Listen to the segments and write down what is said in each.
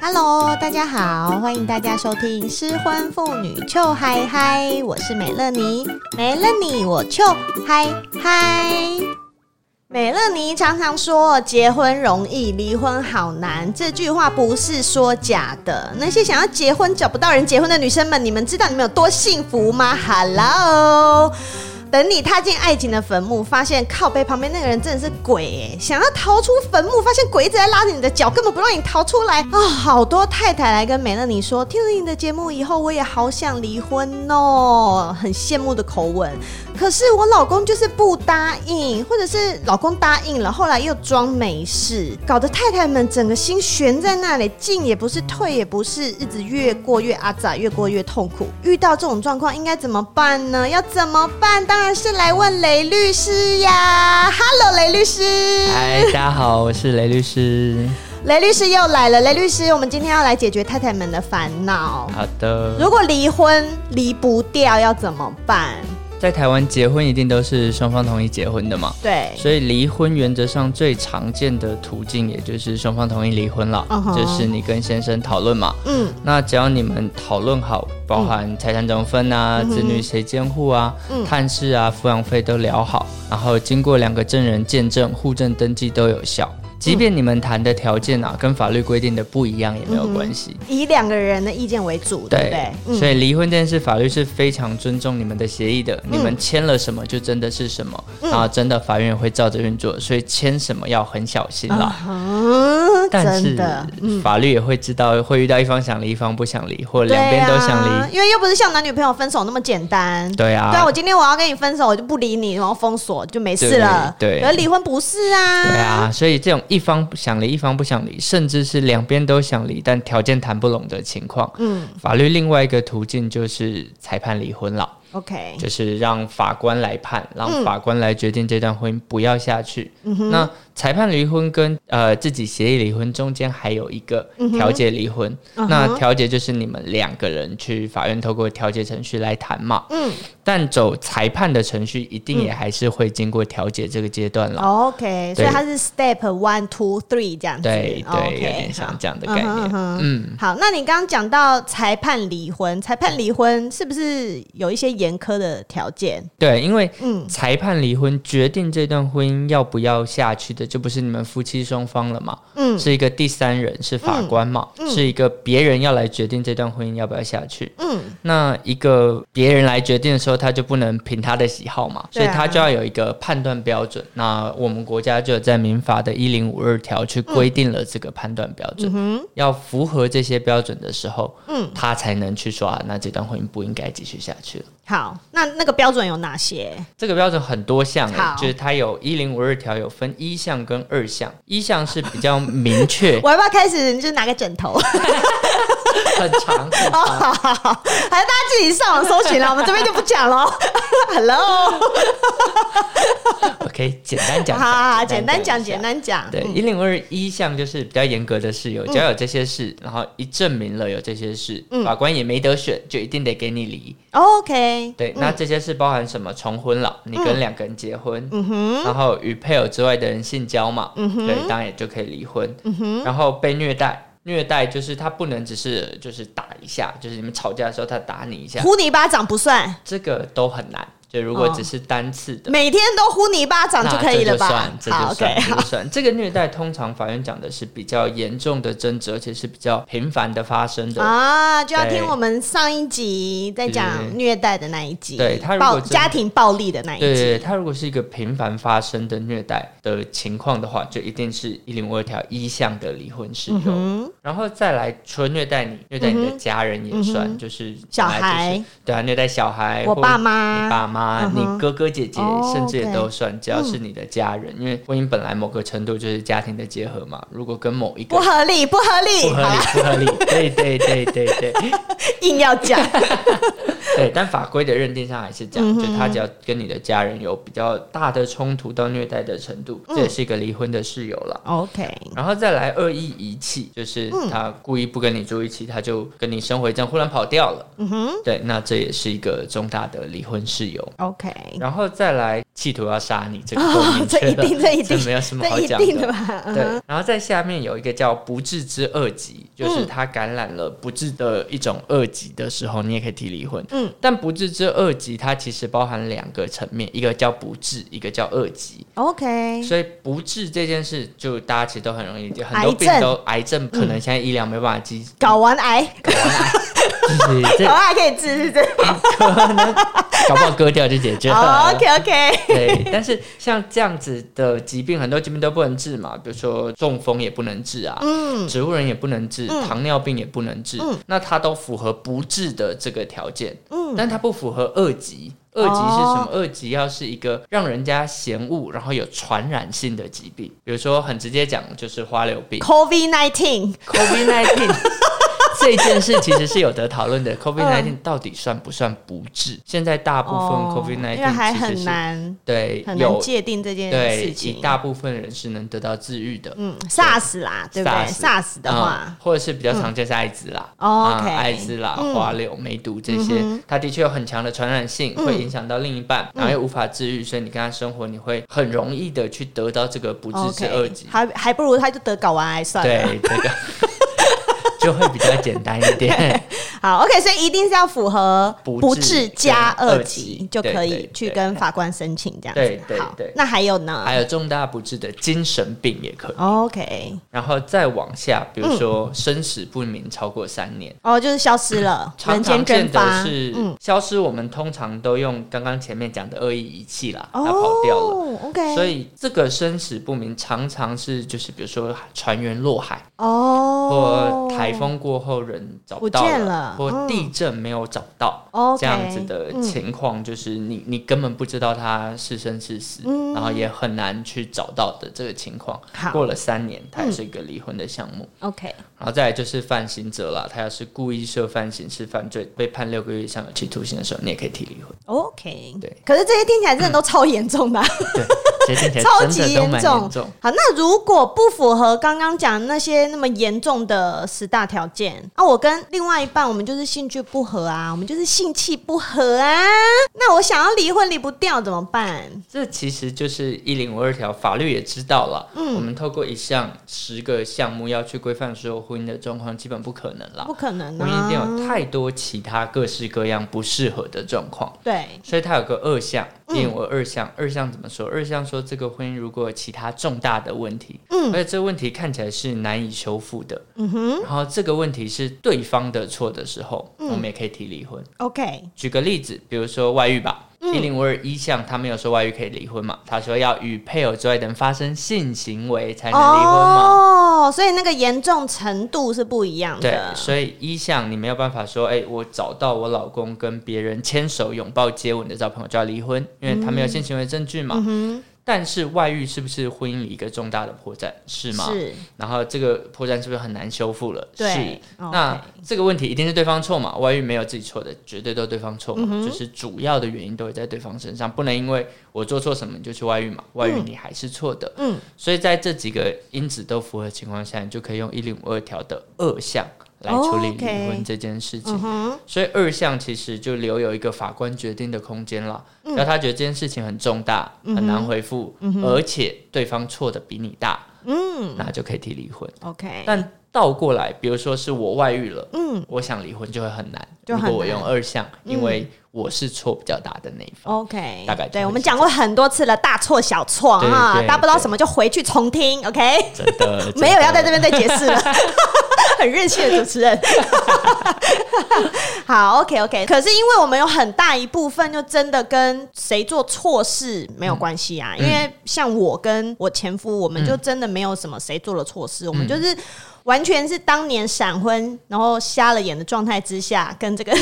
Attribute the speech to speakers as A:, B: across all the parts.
A: Hello，大家好，欢迎大家收听《失婚妇女糗嗨嗨》，我是美乐妮，没了你我糗嗨嗨。美乐妮常常说“结婚容易，离婚好难”，这句话不是说假的。那些想要结婚找不到人结婚的女生们，你们知道你们有多幸福吗？Hello。等你踏进爱情的坟墓，发现靠背旁边那个人真的是鬼哎、想要逃出坟墓，发现鬼一直在拉着你的脚，根本不让你逃出来啊、好多太太来跟美乐你说，听了你的节目以后，我也好想离婚哦，很羡慕的口吻。可是我老公就是不答应，或者是老公答应了，后来又装没事，搞得太太们整个心悬在那里，进也不是，退也不是，日子越过越阿杂，越过越痛苦。遇到这种状况应该怎么办呢？要怎么办？当然是来问雷律师呀！Hello，雷律师。
B: 嗨，大家好，我是雷律师。
A: 雷律师又来了。雷律师，我们今天要来解决太太们的烦恼。
B: 好的，
A: 如果离婚离不掉，要怎么办？
B: 在台湾结婚一定都是双方同意结婚的嘛，
A: 对，
B: 所以离婚原则上最常见的途径也就是双方同意离婚了
A: 嗯哼
B: 就是你跟先生讨论嘛。
A: 嗯
B: 那只要你们讨论好，包含财产总分啊、
A: 嗯
B: 子女谁监护啊、探视啊、抚养费都聊好，然后经过两个证人见证，户政登记都有效。即便
A: 嗯
B: 你们谈的条件啊跟法律规定的不一样也没有关系，
A: 以两个人的意见为主，对不对嗯
B: 对？，所以离婚这件事，法律是非常尊重你们的协议的。
A: 嗯
B: 你们签了什么，就真的是什么，然后真的法院也会照着运作，所以签什么要很小心啦。
A: 嗯，
B: 但
A: 啊真
B: 是
A: 的，嗯
B: 法律也会知道，会遇到一方想离，一方不想离，或
A: 对
B: 两边都想
A: 啊，
B: 离。
A: 因为又不是像男女朋友分手那么简单。
B: 对啊，
A: 对啊，我今天我要跟你分手，我就不理你，然后封锁就没事了。
B: 对对
A: 而离婚不是啊。
B: 对啊，所以这种一方不想离，一方不想离，甚至是两边都想离，但条件谈不拢的情况，
A: 嗯
B: 法律另外一个途径就是裁判离婚了。
A: ，OK，
B: 就是让法官来判，
A: 嗯
B: 让法官来决定这段婚姻不要下去。那裁判离婚跟呃自己协议离婚中间还有一个调解离婚，
A: 嗯哼
B: 那调解就是你们两个人去法院透过调解程序来谈嘛。
A: 嗯
B: 但走裁判的程序，一定也还是会经过调解这个阶段了。
A: ，OK，所以它是 step one two three 这样子。
B: 对对，
A: 哦 OK，
B: 有点像这样的
A: 好
B: 概念。
A: 嗯哼嗯哼
B: 嗯，
A: 好，那你刚刚讲到裁判离婚，裁判离婚是不是有一些严苛的条件？
B: 对，因为
A: 嗯
B: 裁判离婚决定这段婚姻要不要下去的，就不是你们夫妻双方了嘛。
A: 嗯
B: 是一个第三人，是法官嘛，是一个别人要来决定这段婚姻要不要下去。
A: 嗯
B: 那一个别人来决定的时候，他就不能凭他的喜好嘛，所
A: 对啊
B: 以他就要有一个判断标准。那我们国家就有在民法的一零五二条去规定了这个判断标准，要符合这些标准的时候，
A: 嗯
B: 他才能去说啊，那这段婚姻不应该继续下去了。
A: 好，那那个标准有哪些？
B: 这个标准很多项欸
A: 好，，
B: 就是它有一零五二条有分一项跟二项，一项是比较明确
A: 我要不要开始？你就拿个枕 头，
B: 很长，很
A: 哦，
B: 长
A: 好好好，还是大家自己上网搜寻了，我们 这边就不讲喽。Hello，
B: 我可以简单
A: 好
B: 讲，
A: 好好，简单讲，
B: 一下
A: 简。单嗯讲，
B: 对，一零二一项就是比较严格的事由，
A: 嗯
B: 只要有这些事，然后一证明了有这些事，法官也没得选，就一定得给你离。
A: ，OK，
B: 对，那这些事包含什么？重婚了，你跟两个人结婚，
A: 嗯
B: 然后与配偶之外的人性交嘛，对，当然也就可以离婚。
A: 嗯
B: 然后被虐待。虐待就是他不能只是就是打一下，就是你们吵架的时候他打你一下，
A: 呼你一巴掌不算，
B: 这个都很难。就如果
A: 哦
B: 只是单次的，
A: 每天都呼你一巴掌
B: 那
A: 就可以了吧？
B: 这
A: 好
B: 就算，这就
A: ，OK，
B: 算，这就算。这个虐待通常法院讲的是比较严重的争执，而且是比较频繁的发生的。
A: 啊，就要
B: 对
A: 听我们上一集在讲
B: 对
A: 虐待的那一集，
B: 对他如
A: 暴
B: 果真的
A: 家庭暴力的那一
B: 对对
A: 集，
B: 对，它如果是一个频繁发生的虐待的情况的话，就一定是一零五二条一项的离婚
A: 嗯
B: 事由。然后再来，除了虐待你，虐待你的家人也算，就是
A: 嗯小
B: 本来就是
A: 孩，
B: 对啊，虐待小孩，
A: 我
B: 或
A: 爸妈
B: 你爸妈、
A: 嗯哼
B: 你哥哥姐姐，
A: 哦
B: 甚至也
A: OK 嗯
B: 都算，只要是你的家人，因为婚姻本来某个程度就是家庭的结合嘛。如果跟某一
A: 不
B: 个
A: 合理，不合理，
B: 不合理，不合理，对对对对对
A: 硬要 讲，
B: 对，但法规的认定上还是
A: 嗯
B: 这样，就他只要跟你的家人有比较大的冲突到虐待的程度，
A: 嗯
B: 这也是一个离婚的事由了。
A: OK，
B: 然后再来恶意遗弃，就是
A: 嗯
B: 他故意不跟你住一起，他就跟你生活一阵，忽然跑掉了。
A: 嗯哼
B: 对，那这也是一个重大的离婚事由。
A: ，OK，
B: 然后再来企图要杀你，这个够明确
A: 嗯哦这一
B: 了
A: 定，这 一定
B: 没有什么
A: 这
B: 好
A: 一
B: 讲
A: 定的吧？嗯
B: 对
A: 哼，
B: 然后在下面有一个叫不治之恶疾，就是
A: 嗯
B: 他感染了不治的一种恶疾的时候，你也可以提离婚。
A: 嗯，
B: 但不治之恶疾它其实包含两个层面，一个叫不治，一个叫恶疾。
A: ，OK，
B: 所以不治这件事，就大家其实都很容易理解，很
A: 癌
B: 多
A: 症嗯
B: 病都癌症，可能现在医疗没办法及，
A: 睾丸癌，
B: 就是
A: 睾
B: 这
A: 丸癌哦可以治，是不是
B: 搞不好割掉就解决了。
A: 哦？OK OK，
B: 对，但是像这样子的疾病，很多疾病都不能治嘛，比如说中风也不能治啊，
A: 嗯，
B: 植物人也不能治，
A: 嗯
B: 糖尿病也不能治，
A: 嗯
B: 那它都符合不治的这个条件，
A: 嗯哦
B: 但它不符合二级。二级是什么？二级要是一个让人家嫌恶，然后有传染性的疾病，比如说很直接讲就是花柳 病
A: COVID nineteen，
B: （COVID nineteen）。这件事其实是有得讨论
A: 嗯
B: 的，COVID nineteen 到底算不算不治？现在大部分 COVID
A: 哦因为还
B: nineteen 其实
A: 很
B: 是
A: 难
B: 对
A: 很难
B: 有
A: 界定这件
B: 对
A: 事
B: 一
A: 情。
B: 大部分人是能得到治愈的。
A: 嗯，SARS 啦，对不对
B: SARS
A: ？SARS 的话
B: 嗯，或者是比较常见是艾滋啦、啊
A: 嗯哦，OK
B: 艾滋啦、
A: 嗯
B: 花柳、梅毒这些，
A: 嗯
B: 它的确有很强的传染性，
A: 嗯
B: 会影响到另一半，然后又无法治愈，所以你跟他生活，你会很容易的去得到这个嗯不治之二
A: OK，
B: 级。
A: 还还不如他就得睾丸癌算了。
B: 对， 这个就会比较简单一点。
A: 好，OK，所以一定是要符合
B: 不
A: 不
B: 治
A: 治加
B: 跟
A: 二
B: 二
A: 级
B: 级
A: 就
B: 对
A: 可
B: 对
A: 以
B: 对
A: 去跟法官申请这样子。
B: 对对
A: 好
B: 对
A: 那还有呢？
B: 还有重大不治的精神病也可以，
A: OK，
B: 然后再往下，比
A: 嗯
B: 如说生死不明超过三年。
A: 哦，就是消失了，
B: 常
A: 人间
B: 常
A: 蒸
B: 见
A: 发
B: 的。是
A: 嗯，
B: 消失，我们通常都用刚刚前面讲的恶意遗弃啦，它
A: 哦
B: 跑掉了。
A: OK，
B: 所以这个生死不明常常是就是比如说船员落海，
A: 哦，
B: 或台风过后人找
A: 不
B: 到
A: 见了
B: 了，
A: 嗯
B: 或地震没有找到。
A: OK，
B: 这样子的
A: 嗯
B: 情况，就是你你根本不知道他是生是死，
A: 嗯
B: 然后也很难去找到的这个情况
A: 好。
B: 过了三年，它也是一个离婚的项目。
A: OK，
B: 然后再来就是犯刑者啦，他要是故意涉犯刑事犯罪，被判六个月以上有期徒刑的时候，你也可以提离婚。
A: OK，
B: 对
A: 可是这些听起来真的都超严重 的啊、
B: 对，其实听起来
A: 超
B: 真
A: 级
B: 的都蛮
A: 重
B: 严重。。
A: 好，那如果不符合刚刚讲那些那么严重的十大条件，啊，我跟另外一半我们就是兴趣不合啊，我们就是性气不合啊，那我想要离婚离不掉怎么办？
B: 这其实就是一零五二条法律也知道了，
A: 嗯
B: 我们透过一项十个项目要去规范所有婚姻的状况，基本不可能啦
A: 不。可能
B: 婚姻一定
A: 啊，
B: 有太多其他各式各样不适合的状况。
A: 对，
B: 所以它有个二项，
A: 嗯
B: 因为我二项，二项怎么说？二项说这个婚姻如果有其他重大的问题，
A: 嗯
B: 而且这问题看起来是难以修复的，
A: 嗯哼
B: 然后这个问题是对方的错的时候，
A: 嗯
B: 我们也可以提离婚。
A: ，OK，
B: 举个例子，比如说外遇吧，
A: 嗯
B: 一零五二一项他没有说外遇可以离婚嘛，他说要与配偶之外的人发生性行为才能离婚嘛。
A: 哦，所以那个严重程度是不一样
B: 对，
A: 的，
B: 所以一项你没有办法说，哎、我找到我老公跟别人牵手、拥抱、接吻的照片，我就要离婚，因为他没有性行为证据嘛。
A: 嗯
B: 但是外遇是不是婚姻里一个重大的破绽？是
A: 哼，
B: 吗？
A: 是，
B: 然后这个破绽是不是很难修复了？是
A: 对。，
B: 那
A: OK
B: 这个问题一定是对方错嘛？外遇没有自己错的，绝对都是对方错
A: 嗯
B: 嘛。就是主要的原因都会在对方身上，不能因为我做错什么你就去外遇嘛，外遇你还是错的。
A: 嗯，
B: 所以在这几个因子都符合的情况下，你就可以用一零五二条的二项来处理
A: 哦
B: 离
A: ，OK
B: 婚这件事情。
A: 嗯哼，
B: 所以二项其实就留有一个法官决定的空间了。只
A: 嗯
B: 要他觉得这件事情很重大、很难回复，而且对方错的比你大，
A: 嗯
B: 那就可以提离婚。
A: ，OK，
B: 但倒过来，比如说是我外遇了，
A: 嗯
B: 我想离婚就会很难。
A: 就很
B: 如果我
A: 难
B: 用二项，因为我是错比较大的那一方。
A: OK，
B: 大概就
A: 对
B: 会
A: 我们
B: 是
A: 讲过很多次了，大错小错
B: 对
A: 啊，
B: 对
A: 大家不知道
B: 对
A: 什么就回去重听，OK？
B: 真的真的
A: 嗯没有要在这边再解释了，很任性的主持人。 好，OK OK，可是因为我们有很大一部分就真的跟谁做错事没有
B: 嗯
A: 关系啊，因为像我跟我前夫，我们
B: 嗯
A: 就真的没有什么谁做了错事，我们就是完全是当年闪婚，然后瞎了眼的状态之下跟这个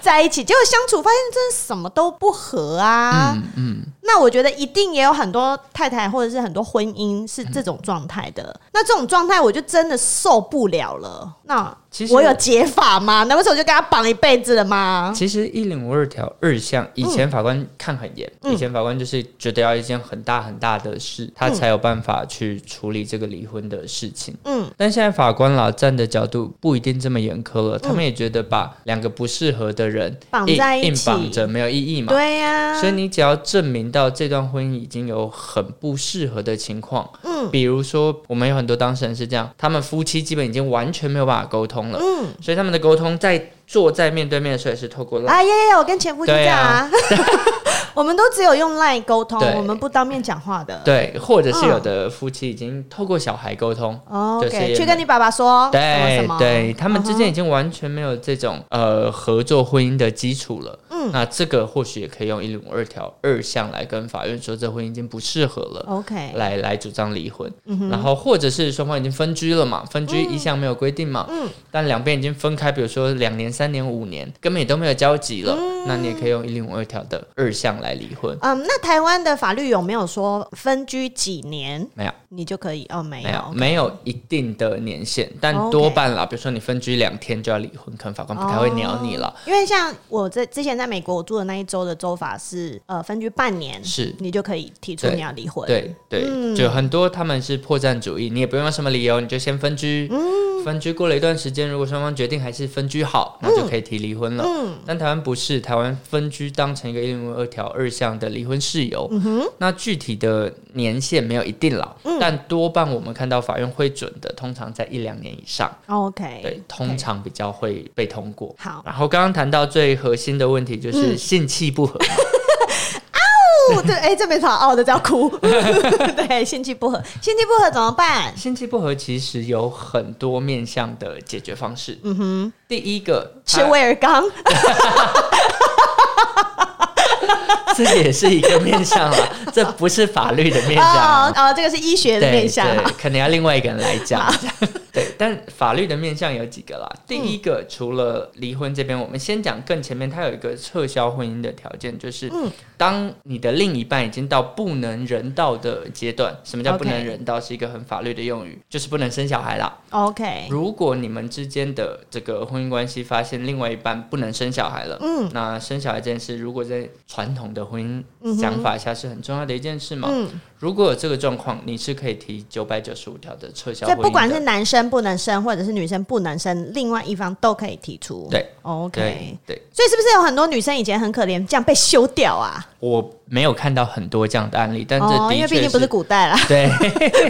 A: 在一起，结果相处发现真的什么都不合啊。
B: 嗯嗯，
A: 那我觉得一定也有很多太太或者是很多婚姻是这种状态的。那这种状态我就真的受不了了。那
B: 其实
A: 我有解法吗？那不是我就跟他绑一辈子了吗？
B: 其实一零五二条二项，以前法官看很严，
A: 嗯
B: 以前法官就是觉得要一件很大很大的事，他才有办法去处理这个离婚的事情。
A: 嗯，
B: 但现在法官啦站的角度不一定这么严苛了，他们也觉得把两个不适合的人
A: 嗯绑
B: 硬
A: 在一
B: 硬
A: 起
B: 绑着没有意义嘛。
A: 对呀、
B: 所以你只要证明到这段婚姻已经有很不适合的情况，
A: 嗯
B: 比如说我们有很多当事人是这样，他们夫妻基本已经完全没有办法沟通了，
A: 嗯，
B: 所以他们的沟通在坐在面对面的时候也是透过 Line，
A: 啊耶耶，我跟前夫就这
B: 对
A: 样啊，
B: 啊
A: 我们都只有用 LINE 沟通，
B: 对
A: 我们不当面讲话的。
B: 对，或者是有的夫妻已经透过小孩沟通。
A: 嗯哦
B: 就是也
A: ，OK，
B: 没
A: 去跟你爸爸说什么什
B: 对
A: 么，
B: 对，他们之间已
A: 嗯
B: 经完全没有这种呃合作婚姻的基础了。
A: 嗯
B: 那这个或许也可以用一零五二条二项来跟法院说，这婚姻已经不适合了。
A: 哼 OK，
B: 来来主张离婚，
A: 嗯
B: 然后或者是双方已经分居了嘛，分居一项没有规定嘛，
A: 嗯
B: 但两边已经分开，比如说两年、三年、五年，根本也都没有交集了，那你也可以用一零五二条的二项来离婚，
A: 嗯，那台湾的法律有没有说分居几年
B: 没有。
A: 你就可以？哦，没
B: 没有，
A: 有，
B: 没有一定的年限，但
A: OK
B: 多半啦。比如说你分居两天就要离婚，可能法官不
A: 哦
B: 太会鸟你了。
A: 因为像我这之前在美国我住的那一州的州法是呃分居半年，
B: 是
A: 你就可以提出
B: 对
A: 你要离婚。
B: 对对，就很多他们是破绽主义，你也不用什么理由，你就先分居。分居过了一段时间，如果双方决定还是分居好，那就可以提离婚了。但台湾不是，台湾分居当成一个一零二条二项的离婚事由。那具体的年限没有一定了，但多半我们看到法院会准的，通常在一两年以上。
A: ，OK，
B: 对，通常比较会被通过。
A: 嗯好
B: 然后刚刚谈到最核心的问题就是性气不合嘛，
A: 不，对，哎、这没啥哦，这叫 哭。对，性气不合，性气不合怎么办？
B: 性气不合其实有很多面向的解决方式。嗯哼，第一个，
A: 吃
B: 它
A: 威尔刚，
B: 这个啊也是一个面 向啊，这不是法律的面向
A: 哦
B: 啊。
A: 哦，这个是医学的
B: 对
A: 面向。
B: 对，可能要另外一个人来 讲。对，但法律的面向有几个啦。
A: 嗯
B: 第一个，除了离婚这边，我们先讲更前面，它有一个撤销婚姻的条件，就是、
A: 嗯
B: 当你的另一半已经到不能人道的阶段。什么叫不
A: OK
B: 能人道？是一个很法律的用语，就是不能生小孩啦。
A: OK，
B: 如果你们之间的这个婚姻关系发现另外一半不能生小孩了，嗯，那生小孩这件事，如果在传统的婚姻想法下是很重要的一件事嘛，
A: 嗯
B: 如果有这个状况，你是可以提九百九十五条的撤销
A: 所以
B: 婚姻的，
A: 不管是男生不能生，或者是女生不能生，另外一方都可以提出。
B: 对
A: ，OK
B: 对。对，
A: 所以是不是有很多女生以前很可怜，这样被休掉啊？
B: 我没有看到很多这样的案例，但这
A: 哦，因
B: 的
A: 为毕
B: 确
A: 竟不是古代啦，
B: 对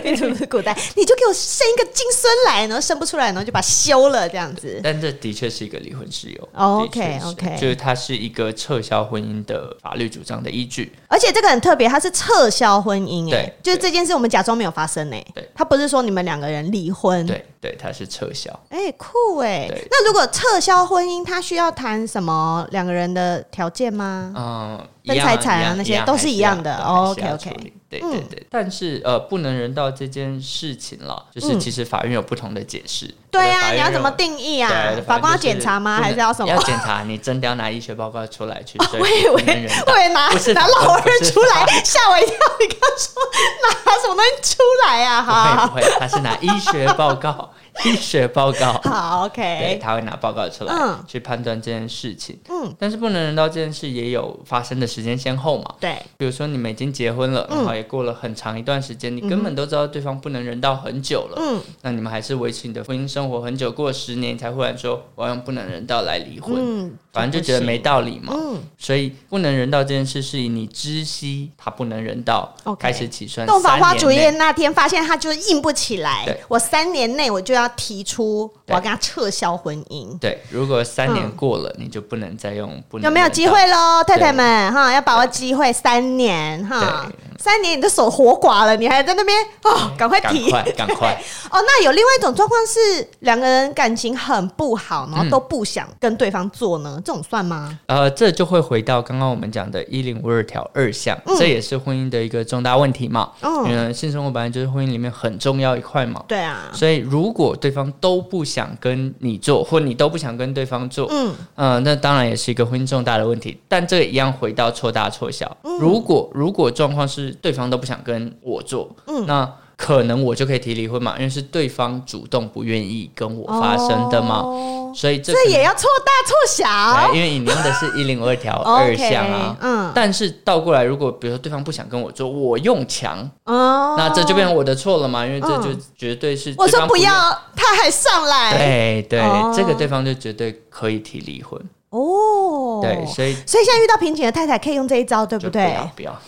A: 毕竟不是古代，你就给我生一个金孙来，然后生不出来，然后就把它休了这样子。
B: 但这的确是一个离婚事由。
A: 哦
B: 的确是
A: OK，OK
B: 就是它是一个撤销婚姻的法律主张的依据。
A: 而且这个很特别，它是撤销婚姻、欸，
B: 对
A: 就是这件事我们假装没有发生、欸，
B: 对
A: 他不是说你们两个人离婚，，
B: 对对，它是撤销。
A: 哎、酷哎、
B: 对
A: 那如果撤销婚姻，他需要谈什么两个人的条件吗？
B: 嗯，一
A: 分
B: 样
A: 财产啊
B: 一样
A: 那些
B: 一样
A: 都是一样的哦嗯
B: 还是要
A: OK，OK
B: 处理对对对。但是呃，不能人道这件事情了，就是其实法院有不同的解释。
A: 对
B: 法
A: 啊，
B: 院
A: 你要
B: 有
A: 怎么定义啊
B: 对？
A: 法官要
B: 就是
A: 检查吗？
B: 不能
A: 还是要什么 哦
B: 要？检查，你真的要拿医学报告出来去说
A: 我以
B: 服
A: 为
B: 不能人
A: 我
B: 道。
A: 以为拿
B: 不是
A: 拿
B: 法官
A: 老
B: 不
A: 人
B: 是
A: 出来， 吓我一跳！你刚说拿什么东西出来 啊？
B: 不会
A: 哈
B: 不，会，他是拿医学报告，医学报告。
A: 好
B: 对，
A: ，OK，
B: 他会拿报告出来、
A: 嗯
B: 去判断这件事情。
A: 嗯
B: 嗯，但是不能人道这件事也有发生的时间先后嘛。
A: 对，
B: 比如说你们已经结婚了，然
A: 嗯
B: 后也过了很长一段时间，你根本都知道对方不能人道很久了，
A: 嗯
B: 那你们还是维持你的婚姻生活很久，过了十年才忽然说我要用不能人道来离婚，
A: 嗯，
B: 反正就觉得没
A: 不行，
B: 道理嘛。
A: 嗯，
B: 所以不能人道这件事是以你知悉他不能人道
A: OK
B: 开始起算
A: 动法花主
B: 三
A: 义
B: 年内
A: 那天发现他就是硬不起来
B: 对，
A: 我三年内我就要提出我
B: 对
A: 要跟他撤销婚姻，
B: 对，如果三年
A: 嗯
B: 过了，你就不能再用不能
A: 有没有
B: 人道
A: 机会喽，太太们哈，要把握机会，三年哈，三年你的手活寡了，你还在那边哦，赶快
B: 赶
A: 提。
B: 快赶快，
A: 哦，那有另外一种状况是两个人感情很不好，
B: 嗯
A: 然后都不想跟对方做呢，这种算吗？
B: 呃，这就会回到刚刚我们讲的一零五二条二项，这也是婚姻的一个重大问题嘛。
A: 嗯
B: 嗯，性生活本来就是婚姻里面很重要一块嘛。
A: 对啊，
B: 所以，如果对方都不想跟你做，或你都不想跟对方做，
A: 嗯
B: 嗯，呃，那当然也是一个婚姻重大的问题。但这个一样回到错大错小。如果如果状况是对方都不想跟我做，嗯，那可能我就可以提离婚嘛，因为是对方主动不愿意跟我发生的嘛，
A: 哦
B: 所以这可
A: 这
B: 能
A: 也要错大错小啊
B: 对，因为你用的是 一零二条二
A: 哦 OK，
B: 项啊。
A: 嗯
B: 但是倒过来，如果比如说对方不想跟我做，我用强，
A: 哦，
B: 那这就变成我的错了嘛？因为这
A: 嗯
B: 就绝对是
A: 我
B: 对
A: 说
B: 方
A: 不
B: 愿
A: 要，他还上来
B: 对对
A: 哦，
B: 这个对方就绝对可以提离婚。
A: 哦，
B: 对，所以
A: 所以现在遇到瓶颈的太太可以用这一招，对
B: 就
A: 不
B: 不
A: 对？
B: 要不要，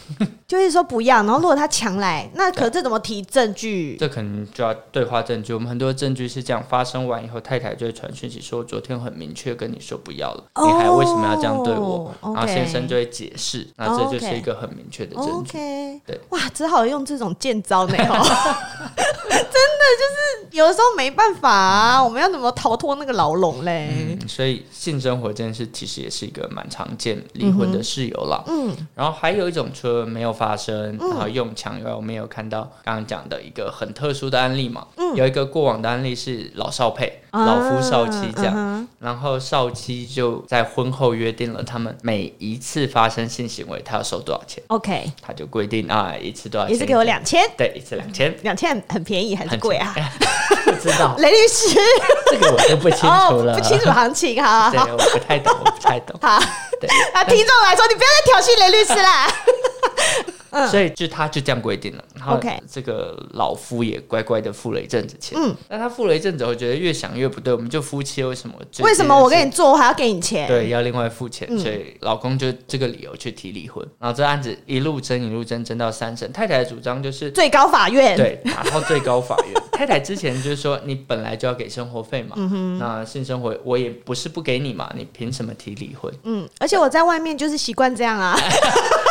A: 就是说不要，然后如果他强来，那可这怎么提证据？
B: 这可能就要对话证据。我们很多证据是这样，发生完以后，太太就会传讯息说：“昨天很明确跟你说不要了，
A: 哦
B: 你还为什么要这样对我？”
A: ，OK
B: 然后先生就会解释，那这就是
A: OK
B: 一个很明确的证据。
A: OK，
B: 对
A: 哇，只好用这种贱招呢， 吼真的就是有的时候没办法啊，我们要怎么逃脱那个牢笼嘞？
B: 嗯，所以性生活这件事其实也是一个蛮常见离婚的事由啦。
A: 嗯，
B: 然后还有一种除了没有发生，然后用强以外，我们也有看到刚刚讲的一个很特殊的案例嘛。
A: 嗯
B: 有一个过往的案例是老少配、老夫少妻这样，
A: 啊嗯哼
B: 然后少妻就在婚后约定了，他们每一次发生性行为，他要收多少钱，
A: OK，
B: 他就规定啊，一次多少钱，
A: 也是给我，两千，
B: 对，一次两千，
A: 两千很便宜还是
B: 很
A: 贵啊？
B: 不知道
A: 雷律师，
B: 这个我就 不清楚
A: 哦
B: 了，，
A: 不清楚行情，好
B: 对，
A: 好
B: 我不太懂，我不太懂。
A: 好。
B: 对，
A: 啊，听众来说，你不要再挑衅雷律师啦。
B: 所以就他就这样规定了。然后
A: 嗯 OK
B: 这个老夫也乖乖的付了一阵子钱。
A: 嗯，
B: 那他付了一阵子后，觉得越想越不对，我们就夫妻为什么这？
A: 为什么我跟你嗯
B: 这
A: 做，我还要给你钱？
B: 件事对要另外付钱？所以老公就这个理由去提离婚。然后这案子一路争一路争，争到三审，太太的主张就是。
A: 最高法院。
B: 对，打到最高法 院。太太之前就是说，你本来就要给生活费嘛，
A: 嗯
B: 那性生活我也不是不给你嘛，你凭什么提离婚？
A: 嗯，而且我在外面就是习惯这 样啊。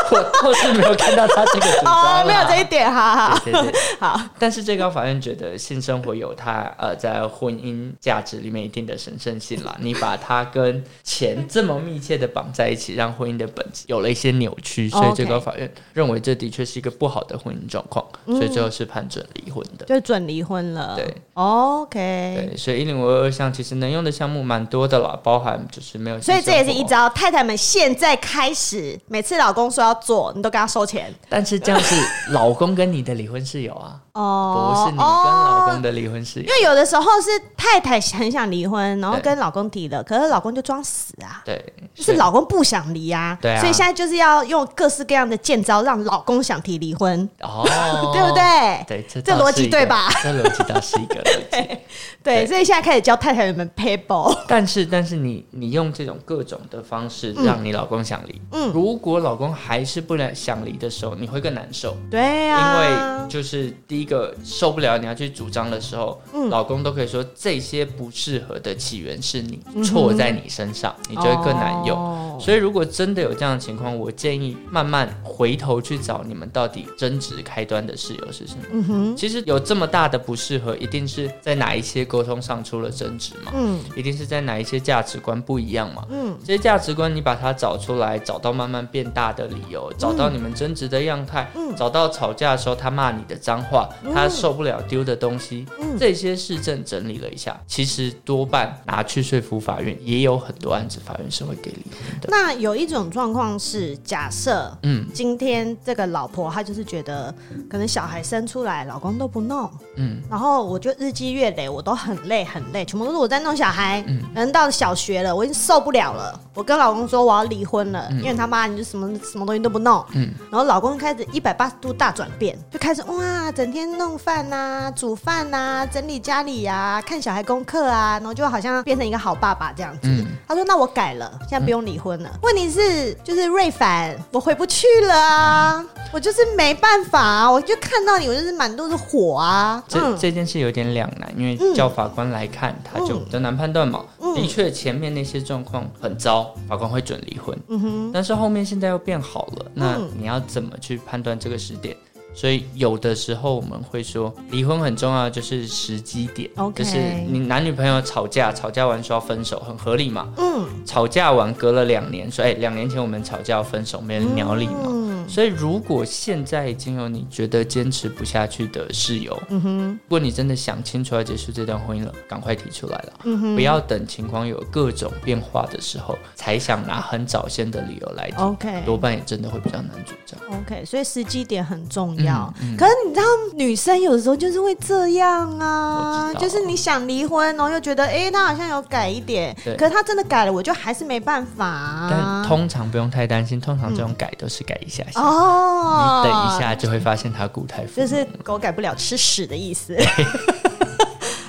B: 我倒是没有看到他这个主张啊啦、
A: 哦，没有这一点，哈哈。
B: 对对对
A: 好，
B: 但是最高法院觉得性生活有它呃在婚姻价值里面一定的神圣性啦， 你把它跟钱这么密切的绑在一起，让婚姻的本质有了一些扭曲，所
A: 哦
B: 以
A: OK
B: 最高法院认为这的确是一个不好的婚姻状况，
A: 嗯
B: 所以最后是判准离婚的。
A: 就准离婚了。
B: 对
A: ，OK。
B: 对，所以一零五二二项其实能用的项目蛮多的啦，包含就是没有性
A: 所以
B: 生活，
A: 这也是一招，太太们现在开始，每次老公说要做，你都跟他收钱
B: 但是这样是老公跟你的离婚事由啊，
A: 哦
B: 不是你跟老公的离婚事由
A: 因。为有的时候是太太很想离婚，然后
B: 对
A: 跟老公提了，可是老公就装死啊，
B: 对，
A: 就是老公不想离啊，
B: 对啊
A: 所以现在就是要用各式各样的剑招让老公想提离婚，，
B: 哦
A: 对不对？
B: 对，这
A: 这
B: 倒
A: 逻
B: 是
A: 辑
B: 一个
A: 对吧？
B: 这逻辑倒是一个逻辑，
A: 对，
B: 对
A: 所以现在开始教太太们 payball，
B: 但是但是你你用这种各种的方式让你老公想离，
A: 嗯
B: 如果老公还是不能想离的时候，你会更难受，
A: 对
B: 因为
A: 啊，
B: 就是第一个受不了你要去主张的时候，
A: 嗯
B: 老公都可以说这些不适合的起源是你
A: 嗯
B: 错在你身上，你就会更难用。
A: 哦
B: 所以，如果真的有这样的情况，我建议慢慢回头去找你们到底争执开端的事由是什么。
A: 嗯哼，
B: 其实有这么大的不适合，一定是在哪一些沟通上出了争执嘛？
A: 嗯
B: 一定是在哪一些价值观不一样嘛？
A: 嗯，
B: 这些价值观你把它找出来，找到慢慢变大的理由，找到你们争执的样态，
A: 嗯
B: 找到吵架的时候他骂你的脏话，他受不了丢的东西，
A: 嗯
B: 这些事证整理了一下，其实多半拿去说服法院，也有很多案子法院是会给离婚的。
A: 那有一种状况是，假设
B: 嗯
A: 今天这个老婆她就是觉得，可能小孩生出来，老公都不弄，
B: 嗯，
A: 然后我就日积月累，我都很累很累，全部都是我在弄小孩。嗯，可能到小学了，我已经受不了了，我跟老公说我要离婚了，因为他妈你就什么什么东西都不弄。嗯
B: 嗯，
A: 然后老公开始一百八十度大转变，就开始哇，整天弄饭呐、煮饭呐、整理家里呀、看小孩功课啊，然后就好像变成一个好爸爸这样子。
B: 嗯
A: 他说：“那我改了，现在不用离婚了。问题是，就是瑞凡，我回不去了啊，我就是没办法、啊，我就看到你，我就是满肚子火啊。
B: 这、
A: 嗯
B: 这件事有点两难，因为叫法官来看，他就比较难判断嘛。
A: 嗯
B: 的确，前面那些状况很糟，法官会准离婚。嗯哼，但是后面现在又变好了，那
A: 嗯
B: 你要怎么去判断这个时点？所以有的时候我们会说，离婚很重要，就是时机点
A: OK
B: 就是你男女朋友吵架，吵架完说要分手，很合理嘛。
A: 嗯，
B: 吵架完隔了两年，说哎，两年前我们吵架要分手，没人鸟你嘛。
A: 嗯
B: 所以如果现在已经有你觉得坚持不下去的室友，
A: 嗯哼，
B: 如果你真的想清楚要结束这段婚姻了，赶快提出来了，
A: 嗯哼，
B: 不要等情况有各种变化的时候才想拿很早先的理由来提，
A: OK
B: 多半也真的会比较难主张。
A: OK，所以时机点很重要。
B: 嗯
A: 可是你知道，女生有时候就是会这样啊
B: 我，知道
A: 就是你想离婚，然后又觉得，哎、她好像有改一点，
B: 对
A: 可是她真的改了，我就还是没办法、啊。嗯
B: 但通常不用太担心，通常这种改都是改一下下，
A: 哦，
B: 你等一，下就会发现它固态复
A: 就
B: 萌。
A: 是狗改不了吃屎的意 思。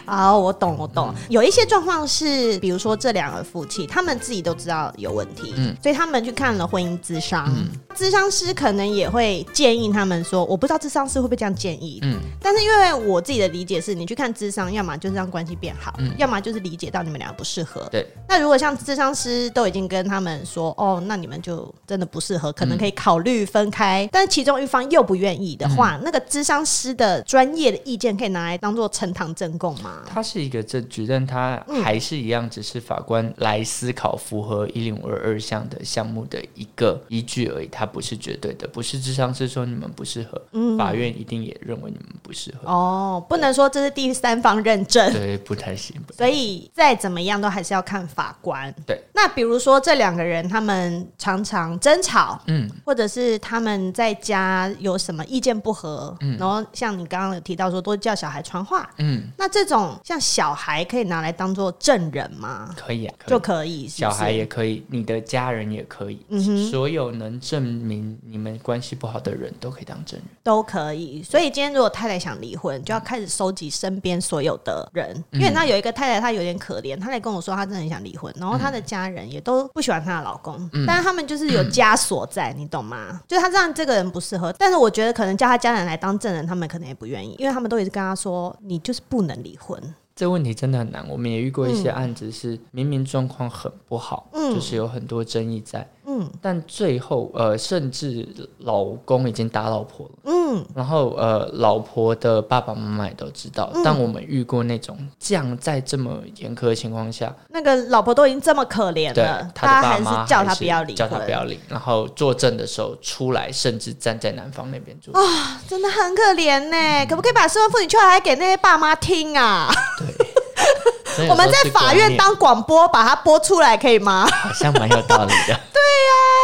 A: 好，我懂，我懂。有一些状况是，比如说这两个夫妻，他们自己都知道有问题，
B: 嗯
A: 所以他们去看了婚姻咨商，
B: 嗯
A: 咨、商师可能也会建议他们说，我不知道咨商师会不会这样建议，
B: 嗯
A: 但是因为我自己的理解是，你去看智商，要么就是让关系变好，
B: 嗯
A: 要么就是理解到你们俩不适合。
B: 对，
A: 那如果像智商师都已经跟他们说，哦，那你们就真的不适合，可
B: 嗯
A: 能可以考虑分开，但是其中一方又不愿意的
B: 嗯
A: 话，那个智商师的专业的意见可以拿来当做呈堂证供吗？
B: 它是一个证据，但它还是一样，只是法官来思考符合一零五二二项的项目的一个依据而已，它不是绝对的，不是智商是说你们不适合，
A: 嗯
B: 法院一定也认为你们不适 合，
A: 哦，不能说这是第三方认证。
B: 呃对，不太行。不太
A: 所以再怎么样都还是要看法官。
B: 对，
A: 那比如说这两个人他们常常争吵，
B: 嗯，
A: 或者是他们在家有什么意见不合，然后像你刚刚有提到说多叫小孩传话，
B: 嗯，
A: 那这种像小孩可以拿来当做证人吗？
B: 可以啊，可以
A: 就可以，是不
B: 小
A: 是
B: 孩也可以，你的家人也可以，
A: 嗯哼
B: 所有能证明你们关系不好的人都可以当证人。
A: 都可
B: 嗯
A: 以。所以今天如果太太想离婚，就要开始收集身边所有的人，
B: 嗯
A: 因为那有一个太太，她有点可怜，她来跟我说她真的很想离婚，然后她的家人也都不喜欢她的老公，
B: 嗯
A: 但是他们就是有枷锁在，你懂吗？就是她这样这个人不适合，但是我觉得可能叫她家人来当证人，他们可能也不愿意，因为他们都一直跟她说你就是不能离婚。
B: 这问题真的很难，我们也遇过一些案子是、明明状况很不好，
A: 嗯
B: 就是有很多争议在，
A: 嗯
B: 但最后呃，甚至老公已经打老婆了，
A: 嗯，
B: 然后呃，老婆的爸爸妈妈也都知道。
A: 嗯
B: 但我们遇过那种这样在这么严苛的情况下，
A: 那个老婆都已经这么可怜
B: 对
A: 了，
B: 他的
A: 呃还
B: 爸
A: 是
B: 妈
A: 叫
B: 还
A: 她
B: 是
A: 不要离
B: 叫他不
A: 婚，
B: 要离，然后作证的时候出来，甚至站在男方那边做证。
A: 哦真的很可怜呢、可不可以把失婚妇女出来给那些爸妈听啊？
B: 真的有时候
A: 我们在
B: 是
A: 法
B: 观
A: 院
B: 念
A: 当广播，把它播出来可以吗？
B: 好像蛮有道理的。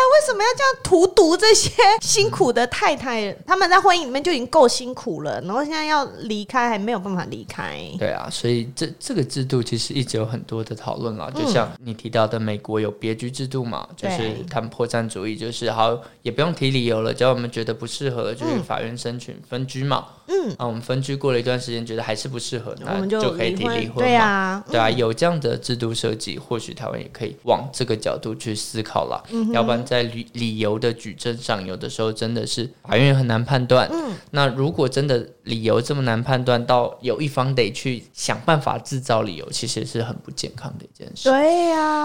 A: 为什么要这样荼毒这些辛苦的太太？他们在婚姻里面就已经够辛苦了，然后现在要离开，还没有办法离开。
B: 对啊，所以这这个制度其实一直有很多的讨论啦，就像你提到的，美国有别居制度嘛，就
A: 嗯对
B: 是他们破绽主义，就是好也不用提理由了，只要我们觉得不适合，就去法院申请分居嘛。
A: 嗯，
B: 啊，我们分居过了一段时间，觉得还是不适合，
A: 我
B: 那
A: 们就
B: 可以提
A: 婚。
B: 离婚
A: 对
B: 嘛。
A: 啊，
B: 对啊，有这样的制度设计，或许台湾也可以往这个角度去思考啦。要不然在理理由的举证上，有的时候真的是法院很难判断。
A: 嗯
B: 那如果真的理由这么难判断，到有一方得去想办法制造理由，其实是很不健康的一件事。
A: 对呀、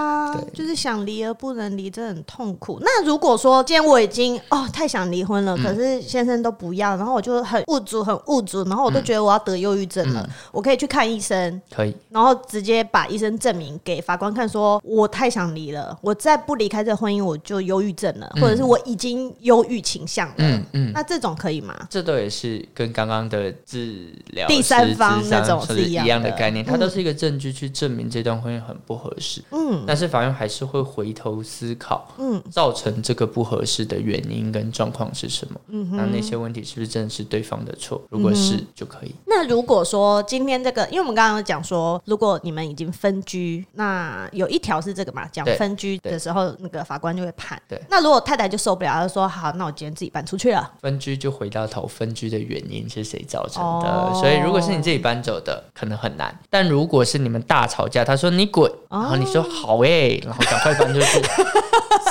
A: 就是想离而不能离，真的很痛苦。那如果说今天我已经哦太想离婚了，
B: 嗯
A: 可是先生都不要，然后我就很物足，很物足，然后
B: 嗯
A: 我都觉得我要得忧郁症了，我可以去看医生，
B: 可以，
A: 然后直接把医生证明给法官看说，我太想离了，我再不离开这婚姻我就忧郁症了，或者是我已经忧郁倾向了。
B: 嗯嗯，
A: 那这种可以吗？
B: 这都也是跟刚刚的治疗
A: 第
B: 师
A: 三方
B: 咨
A: 那
B: 商
A: 种
B: 是
A: 是一
B: 一
A: 样
B: 样的嗯
A: 的
B: 概念，它都是一个证据去证明这段婚姻很不合适。
A: 嗯
B: 但是法院还是会回头思考，
A: 嗯，
B: 造成这个不合适的原因跟状况是什么？嗯，那那些问题是不是真的是对方的错？
A: 嗯
B: 如果是，就可以。
A: 那如果说今天这个，因为我们刚刚有讲说，如果你们已经分居，那有一条是这个嘛，讲
B: 对
A: 分居的时候，那个法官就会判。
B: 对
A: 那如果太太就受不了，她就说好，那我今天自己搬出去了。
B: 分居就回到头，分居的原因是谁造成的？
A: 哦
B: 所以如果是你自己搬走的，可能很难；但如果是你们大吵架，他说你滚，然后你说好
A: 哦
B: 诶、然后赶快搬出去，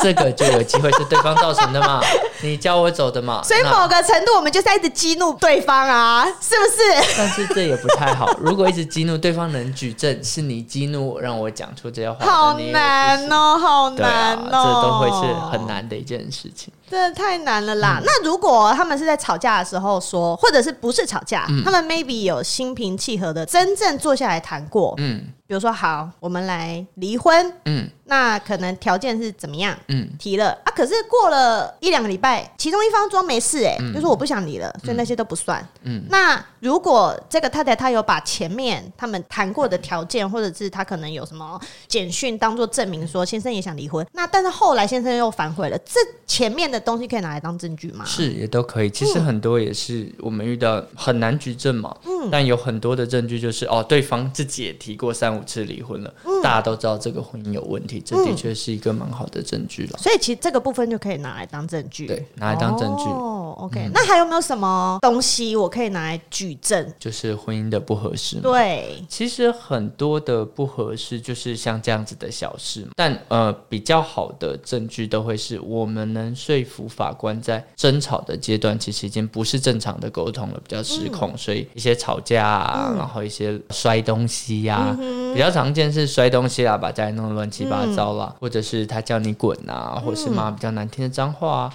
B: 这个就有机会是对方造成的嘛？你叫我走的嘛？
A: 所以
B: 那
A: 某个程度，我们就是在一直激怒对方啊，是不是？
B: 但是这也不太好。如果一直激怒对方，能举证是你激怒我，让我讲出这些话，
A: 好
B: 那你也有
A: 难哦、好
B: 对啊
A: 难，哦、
B: 这都会是很。难的一件事情。
A: 这太难了
B: 嗯
A: 啦。那如果他们是在吵架的时候说，或者是不是吵架，
B: 嗯
A: 他们 maybe 有心平气和的真正坐下来谈过，
B: 嗯
A: 比如说好，我们来离婚，
B: 嗯
A: 那可能条件是怎么样？
B: 嗯
A: 提了啊，可是过了一两个礼拜，其中一方装没事、欸，哎、就说我不想离了，所以那些都不算。
B: 嗯
A: 那如果这个太太她有把前面他们谈过的条件，或者是她可能有什么简讯当做证明，说先生也想离婚，那但是后来先生又反悔了，这前面的东西可以拿来当证据吗？
B: 是也都可以。其实很多也是我们遇到很难举证嘛，
A: 嗯
B: 但有很多的证据就是哦，对方自己也提过三五次离婚了，
A: 嗯
B: 大家都知道这个婚姻有问题，这的确是一个蛮好的证据了。
A: 所以其实这个部分就可以拿来当证据，
B: 对，拿来当证据。嗯
A: 哦，OK，、那还有没有什么东西我可以拿来举证？
B: 就是婚姻的不合适嘛，
A: 对，
B: 其实很多的不合适就是像这样子的小事嘛，但呃比较好的证据都会是我们能说服法官在争吵的阶段，其实已经不是正常的沟通了，比较失控，所以一些吵架啊，然后一些摔东西呀、比较常见是摔东西啦，把家里弄得乱七八糟啦，或者是他叫你滚啊，或者是骂比较难听的脏话啊，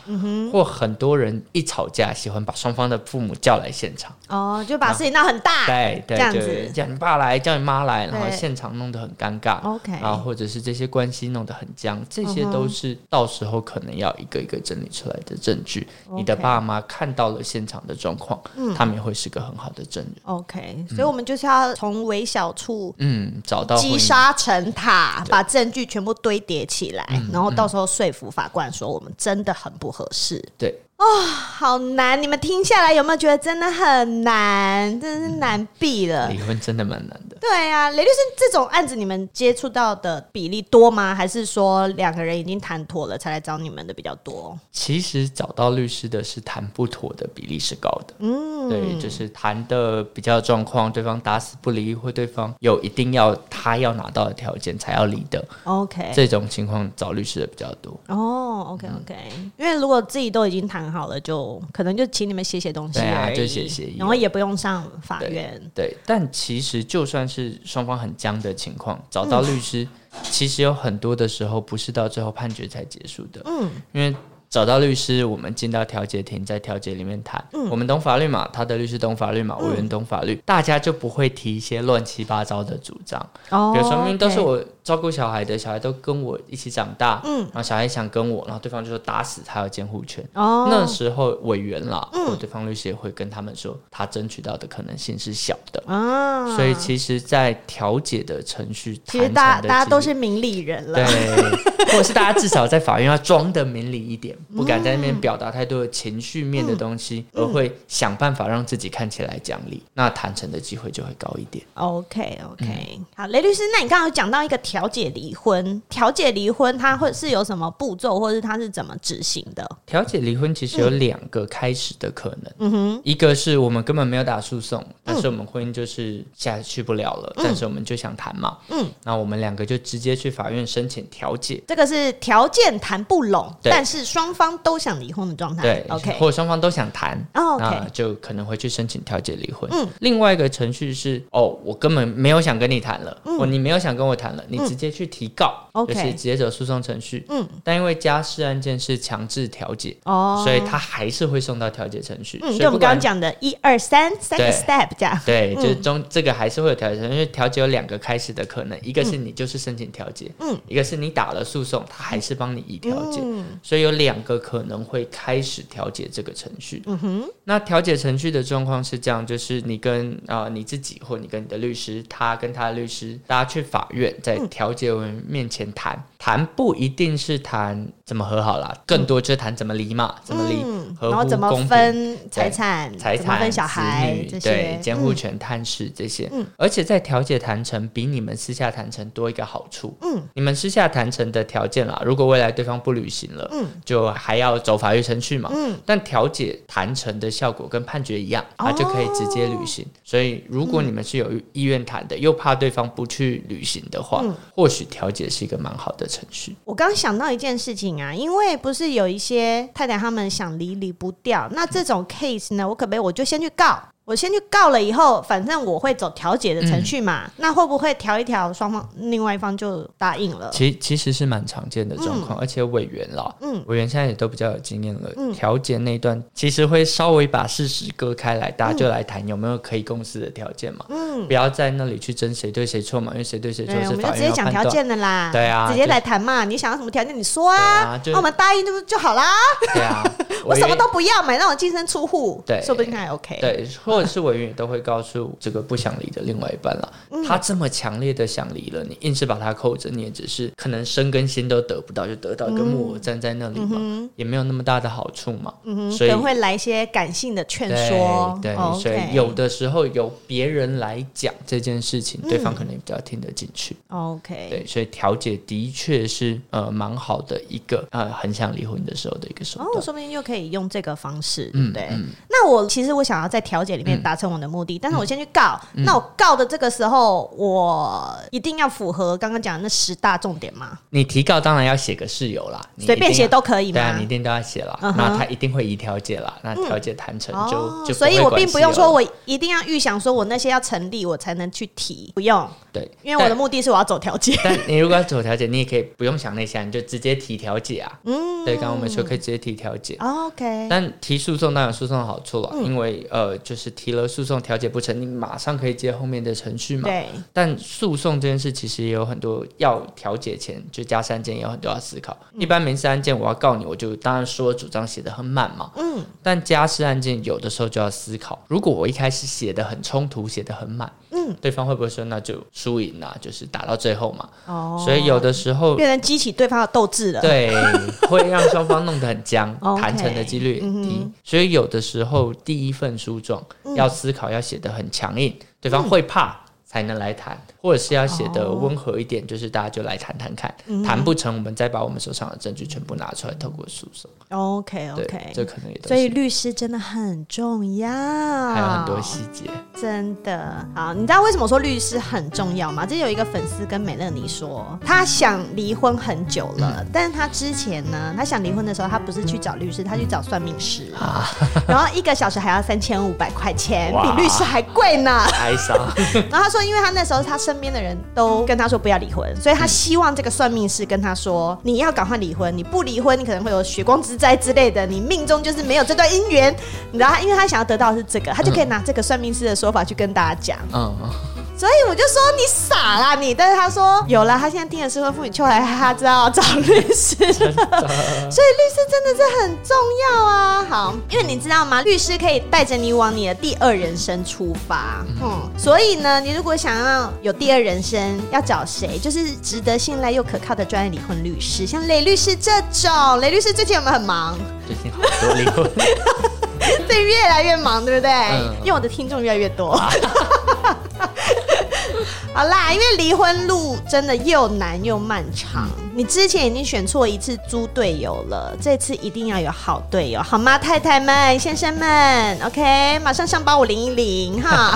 B: 或很多人一吵架喜欢把双方的父母叫来现场。
A: 哦，就把事情闹很大，
B: 对对
A: 这样
B: 对
A: 子，
B: 叫你爸来，叫你妈来，然后
A: 对哦
B: 现场弄得很尴尬
A: OK
B: 然后或者是这些关系弄得很僵，这
A: 嗯
B: 些都是到时候可能要一个一个整理出来的证据。你的
A: OK 嗯
B: 爸妈看到了现场的状况，他们也会是个很好的证人。
A: OK，所以我们就是要从微小处
B: 嗯，找到
A: 积
B: 婚姻
A: 沙成塔，把证据全部堆叠起来，然后到时候说服法官说我们真的很不合适。
B: 对，
A: 好难，你们听下来有没有觉得真的很难？真的是难毙了。
B: 离婚真的蛮难的。
A: 对啊，雷律师，这种案子你们接触到的比例多吗？还是说两个人已经谈妥了才来找你们的比较多？
B: 其实找到律师的是谈不妥的比例是高的，嗯，对，就是谈的比较状况，对方打死不离，或对方有一定要他要拿到的条件才要离的，
A: OK，
B: 这种情况找律师的比较多。
A: 哦，OK
B: 嗯
A: OK，因为如果自己都已经谈好了，就可能就请你们写写东西
B: 对啊
A: 而已，
B: 就写协议
A: 然后也不用上法院。
B: 对，但其实就算是双方很僵的情况，找到律师，其实有很多的时候不是到最后判决才结束的。嗯，因为找到律师，我们进到调解庭，在调解里面谈，
A: 嗯
B: 我们懂法律嘛，他的律师懂法律嘛，我员懂法律，大家就不会提一些乱七八糟的主张。
A: 哦
B: 比如说，明明都是
A: OK 嗯
B: 我照顾小孩的，小孩都跟我一起长大，然后小孩想跟我，然后对方就说打死他有监护权。
A: 哦，嗯
B: 那时候委员啦，或对方律师也会跟他们说，他争取到的可能性是小的。
A: 啊，
B: 所以其实，在调解的程序，
A: 其实大
B: 谈成
A: 家大
B: 的
A: 家
B: 几率
A: 都是明理人了。
B: 对，或者是大家至少在法院要装的明理一点，不敢在那
A: 嗯
B: 边表达太多的情绪面的东西，而会想办法让自己看起来讲理，那谈成的机会就会高一点。
A: OK OK，、好，
B: 嗯
A: 雷律师，那你刚刚有讲到一个调解离婚，调解离婚它会是有什么步骤，或者是它是怎么执行的？
B: 调解离婚其实有
A: 嗯
B: 两个开始的可能，一个是我们根本没有打诉讼，
A: 嗯
B: 但是我们婚姻就是下去不了了，但是我们就想谈嘛，嗯，那我们两个就直接去法院申请调解，
A: 这个是条件谈不拢，
B: 对
A: 但是双方都想离婚的状态。
B: 对
A: 嗯 OK，
B: 或者啊双方都想谈，
A: 哦，OK 嗯
B: 那就可能会去申请调解离婚。另外一个程序是，哦，我根本没有想跟你谈了，哦，你没有想跟我谈了，你直接去提告，
A: 嗯 OK
B: 就是直接走诉讼程序。嗯，但因为家事案件是强制调解，
A: 哦，
B: 所以他还是会送到调解程序。
A: 嗯，
B: 所以
A: 就我
B: 不
A: 们刚
B: 管
A: 刚讲的一二三三个
B: 对
A: step 这样。
B: 对，就是中、这个还是会有调解，因为调解有两个开始的可能，一
A: 嗯
B: 个是你就是申请调解，嗯，一个是你打了诉讼，他还是帮你以调解，
A: 嗯
B: 所以有两个可能会开始调解这个程序。嗯哼，那调解程序的状况是这样，就是你跟啊、呃你自己或你跟你的律师，他跟他的律师，大家去法院在调解委员面前谈，谈不一定是谈怎么和好啦，更多就是谈怎么离嘛，怎么离，
A: 嗯，
B: 合
A: 然后
B: 乎
A: 怎么
B: 公平
A: 分财
B: 对
A: 产、
B: 财
A: 怎么
B: 产、
A: 分小
B: 子
A: 孩
B: 女
A: 这
B: 对
A: 些，嗯
B: 监护权、探视这些，而且在调解谈成比你们私下谈成多一个好处，嗯，你们私下谈成的条件啦，如果未来对方不履行了，嗯，就还要走法律程序嘛，嗯，但调解谈成的效果跟判决一样，它就可以直接
A: 哦
B: 履行。所以如
A: 嗯
B: 果你们是有意愿谈的，又怕对方不去履行的话，
A: 嗯
B: 或许调解是一个蛮好的程序，
A: 我刚想到一件事情啊，因为不是有一些太太他们想离离不掉，那这种 case 呢，我可不可以我就先去告？我先去告了以后，反正我会走调解的
B: 嗯
A: 程序嘛，那会不会调一调，双方另外一方就答应了？
B: 其其实是蛮常见的状况，而且委员啦，
A: 嗯
B: 委员现在也都比较有经验了
A: 嗯。
B: 调、解那一段其实会稍微把事实割开来，大家就来谈有没有可以共识的条件嘛，
A: 嗯，
B: 不要在那里去争谁对谁错嘛，因为谁对谁错
A: 对，啊我
B: 是
A: 们就
B: 法
A: 直接
B: 院要
A: 讲
B: 判
A: 条
B: 断。
A: 件的啦，
B: 对啊
A: 直接
B: 就
A: 来谈嘛，你想要什么条件你说啊，
B: 对啊 就
A: 那我们答应就就好啦，
B: 对啊，
A: 我什么
B: 委员
A: 都不要，买那种净身出户，
B: 对
A: 说不定还 OK，，
B: 对，或者是委员也都会告诉这个不想离的另外一半了，
A: 嗯
B: 他这么强烈的想离了，你硬是把他扣着，你也只是可能生跟心都得不到，就得到一个木偶站在那里嘛，也没有那么大的好处嘛，
A: 嗯哼，可
B: 所以
A: 能会来一些感性的劝
B: 对
A: 说，哦
B: 对，
A: OK
B: 所以有的时候由别人来讲这件事情，
A: 嗯
B: 对方可能也比较听得进去。
A: 哦 OK，
B: 对，所以调解的确是呃蛮好的一个呃很想离婚的时候的一个手
A: 哦，
B: 段。
A: 说不定就可以用这个方式，对
B: 嗯
A: 不对？那我其实我想要在调解里面达成我的目的，但是我先去告。
B: 嗯
A: 那我告的这个时候，我一定要符合刚刚讲的那十大重点吗？
B: 你提告当然要写个事由啦，你
A: 随
B: 一
A: 便
B: 定
A: 写
B: 要
A: 都可以
B: 对啊，
A: 吗
B: 你一？定都要写啦。
A: 嗯哼嗯哦
B: 那他一定会以调解啦，那调解谈成就、就不
A: 所以
B: 会
A: 我
B: 关
A: 并
B: 系
A: 不用
B: 了
A: 说我一定要预想说我那些要成立，我才能去提，不用，
B: 对，
A: 因为我的
B: 但。
A: 目的是我要走调解。
B: 但你如果要走调解，你也可以不用想那些啊，你就直接提调解啊。嗯，对，刚刚我们说可以直接提调解，
A: 哦 OK，
B: 但提诉讼当然有诉讼的好处了，
A: 嗯
B: 因为呃，就是提了诉讼调解不成，你马上可以接后面的程序嘛。
A: 对，
B: 但诉讼这件事其实也有很多要调解前就加三件，也有很多要思考。
A: 嗯
B: 一般民事案件我要告你，我就当然说主张写的很满嘛。
A: 嗯，
B: 但家事案件有的时候就要思考，如果我一开始写的很冲突，写的很满，
A: 嗯，
B: 对方会不会说那就输赢啊，就是打到最后嘛？
A: 哦，
B: 所以有的时候
A: 变成激起对方的斗志了。，
B: 对会让双方弄得很僵
A: OK，，
B: 谈成的几率也低。
A: 嗯
B: 所以有的时候第一份诉状要思考，要写的很强硬，
A: 嗯
B: 对方会怕。才能来谈，或者是要写的
A: 哦
B: 温和一点，就是大家就来谈谈看，
A: 嗯
B: 谈、不成我们再把我们手上的证据全部拿出来，透过诉讼。
A: OK
B: 对
A: OK，
B: 这可能也都
A: 所以啊
B: 是
A: 律师真的很重要，
B: 还有很多细节。
A: 真的好，你知道为什么说律师很重要吗？这有一个粉丝跟美乐妮说，他想离婚很久了，
B: 嗯
A: 但是他之前呢，他想离婚的时候，他不是去找律师，他去找算命 师，然后一个小时还要三千五百块钱，比
B: 哇
A: 律师还贵呢。
B: 哀伤，
A: 然后他说，因为他那时候他身边的人都跟他说不要离婚，所以他希望这个算命师跟他说，你要赶快离婚，你不离婚，你可能会有血光之灾之类的，你命中就是没有这段姻缘。你知道，他因为他想要得到的是这个，他就可以拿这个算命师的说法去跟大家讲。
B: 嗯，嗯
A: 所以我就说你傻啦你，但是他说有啦，他现在听的是婚妇女秋来，他知道找律师，所以律师真 的是很重要啊。好，因为你知道吗？律师可以带着你往你的第二人生出发，嗯，所以呢，你如果想要有第二人生，要找谁？就是值得信赖又可靠的专业离婚律师，像雷律师这种。雷律师最近有没有很忙？
B: 最近好多离 婚，
A: 对，越来越忙，对不对？
B: 嗯
A: 因为我的听众越来越 多。好啦，因为离婚路真的又难又漫长。
B: 嗯
A: 你之前已经选错一次猪队友了，这次一定要有好队友，好吗？太太们、先生们，OK，马上上报我零一零 哈。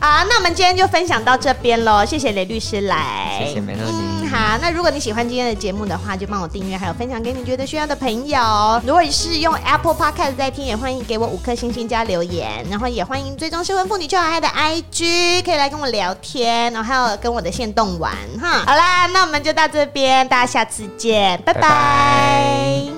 A: 好，那我们今天就分享到这边喽，谢谢雷律师来，
B: 谢谢梅乐
A: 嗯，
B: 妮。
A: 好，那如果你喜欢今天的节目的话，就帮我订阅，还有分享给你觉得需要的朋友。如果你是用 Apple Podcast 在听，也欢迎给我五颗星星加留言，然后也欢迎追踪失婚妇女就爱的 IG，可以来跟我聊天，然后还有跟我的线动玩哈。好啦，那我们就到这边，大家下次见，拜拜。
B: 拜拜